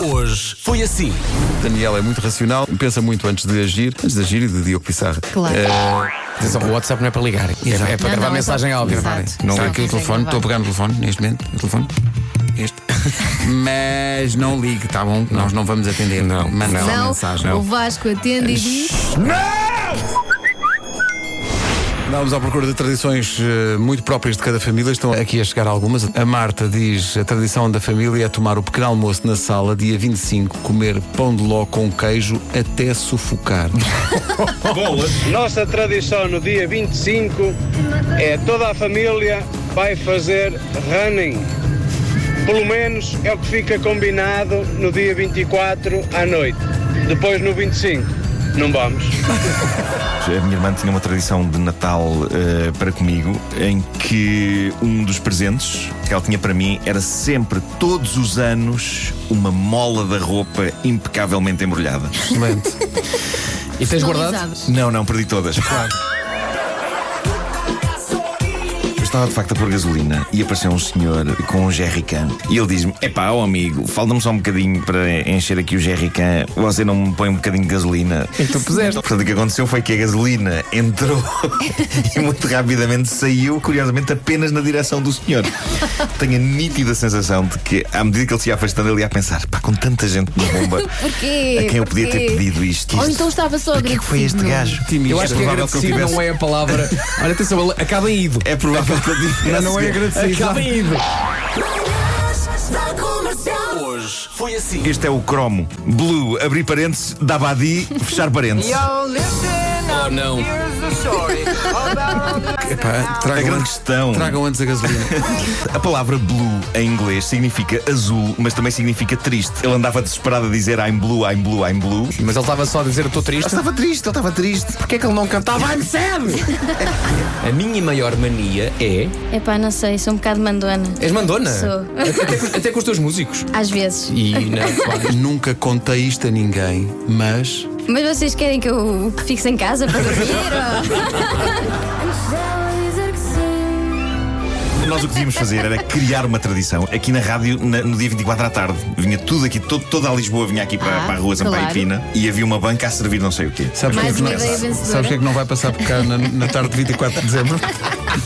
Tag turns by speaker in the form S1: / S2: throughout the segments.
S1: Hoje foi assim.
S2: Daniel é muito racional, pensa muito antes de agir, antes de agir e de Diogo Pissarra.
S3: Claro.
S2: Eh,
S1: Atenção, o WhatsApp não é para ligar, é, é para
S3: Não,
S1: gravar
S3: não, é
S1: mensagem
S3: para-
S1: ao vivo.
S3: Exato.
S2: não
S3: Só
S2: é aqui o
S3: consegue
S2: telefone,
S3: gravar.
S2: estou a pegar no telefone neste momento, o telefone. Este. Mas não ligue, tá bom? Nós não vamos atender.
S1: Não,
S2: Manda só
S3: Não,
S2: mensagem.
S3: o Vasco atende e diz.
S2: Andámos à procura de tradições eh, muito próprias de cada família, estão aqui a chegar algumas. A Marta diz: a tradição da família é tomar o pequeno almoço na sala, dia 25, comer pão de ló com queijo até sufocar.
S4: Nossa tradição no dia 25 é toda a família vai fazer running. Pelo menos é o que fica combinado no dia 24 à noite. Depois no 25. Não vamos.
S5: A minha irmã tinha uma tradição de Natal eh, para comigo em que um dos presentes que ela tinha para mim era sempre, todos os anos, uma mola da roupa impecavelmente embrulhada.
S2: Excelente.
S1: E tens guardado?
S3: Finalizado.
S5: Não, não, perdi todas. Eu estava de facto a pôr gasolina e apareceu um senhor com um jerrycan e ele diz-me: Epá, ó amigo, falta-me só um bocadinho para encher aqui o jerrycan, você não me põe um bocadinho de gasolina. E tu puseste. Portanto, o que aconteceu foi que a gasolina entrou e muito rapidamente saiu, curiosamente, apenas na direção do senhor. Tenho a nítida sensação de que, à medida que ele se ia afastando, ele ia a pensar: pá, com tanta gente na bomba,
S3: Porquê?
S5: a quem eu podia
S3: Porquê?
S5: ter pedido isto?
S3: Ou
S5: isto?
S3: então estava só
S5: Para que é que foi este
S3: agradecido,
S5: gajo?
S1: Eu acho que
S5: provável que eu
S1: agradecido não
S5: tivesse-
S1: é a palavra. Olha, atenção, ele acaba em ido.
S5: É provável que eu diga.
S2: Não é agradecido.
S1: Acaba em ido.
S5: Este é o cromo. Blue, abrir parênteses, Dabadi, fechar parênteses.
S1: Oh não.
S2: Epá,
S5: É A
S2: tragam,
S5: grande
S2: antes,
S5: questão.
S2: tragam antes a gasolina.
S5: A palavra blue em inglês significa azul, mas também significa triste. Ele andava desesperado a dizer I'm blue, I'm blue, I'm blue. Ele
S1: Mas ele estava só a dizer: estou triste.
S5: estava triste, ele estava triste.
S1: Porquê é que ele não cantava? I'm sad! A minha maior mania é.
S3: não É pá, não sei, sou um bocado mandona.
S1: És mandona?
S3: Sou.
S1: Até, com- até com os teus músicos.
S3: Às vezes.
S1: E não, pá.
S2: Nunca contei isto a ninguém, mas.
S3: Mas vocês querem que eu fique sem casa para dormir?
S5: Nós o que devíamos fazer era criar uma tradição. Aqui na rádio, na- no dia 24 à tarde, vinha tudo aqui, todo- toda a Lisboa vinha aqui para,
S3: Ah,
S5: para a rua Sampaio
S3: claro.
S5: e Pina e havia uma banca a servir não sei o quê.
S2: Sabes
S3: Mais
S2: que
S3: uma
S2: é que não-
S3: ideia vencedora.
S2: Sabes que é que não vai passar por cá na, na tarde de 24 de dezembro?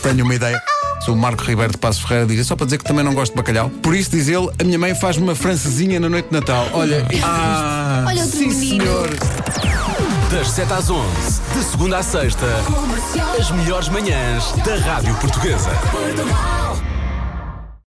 S2: Tenho uma ideia. Sou o Marco Ribeiro de Passo Ferreira, diz, é só para dizer que também não gosto de bacalhau. Por isso, diz ele, a minha mãe faz-me uma francesinha na noite de Natal. Olha, ah,
S3: Olha outro
S2: sim,
S3: menino.
S2: senhor.
S6: Das 7 às 11, de segunda à sexta, as melhores manhãs da Rádio Portuguesa.
S7: Portugal.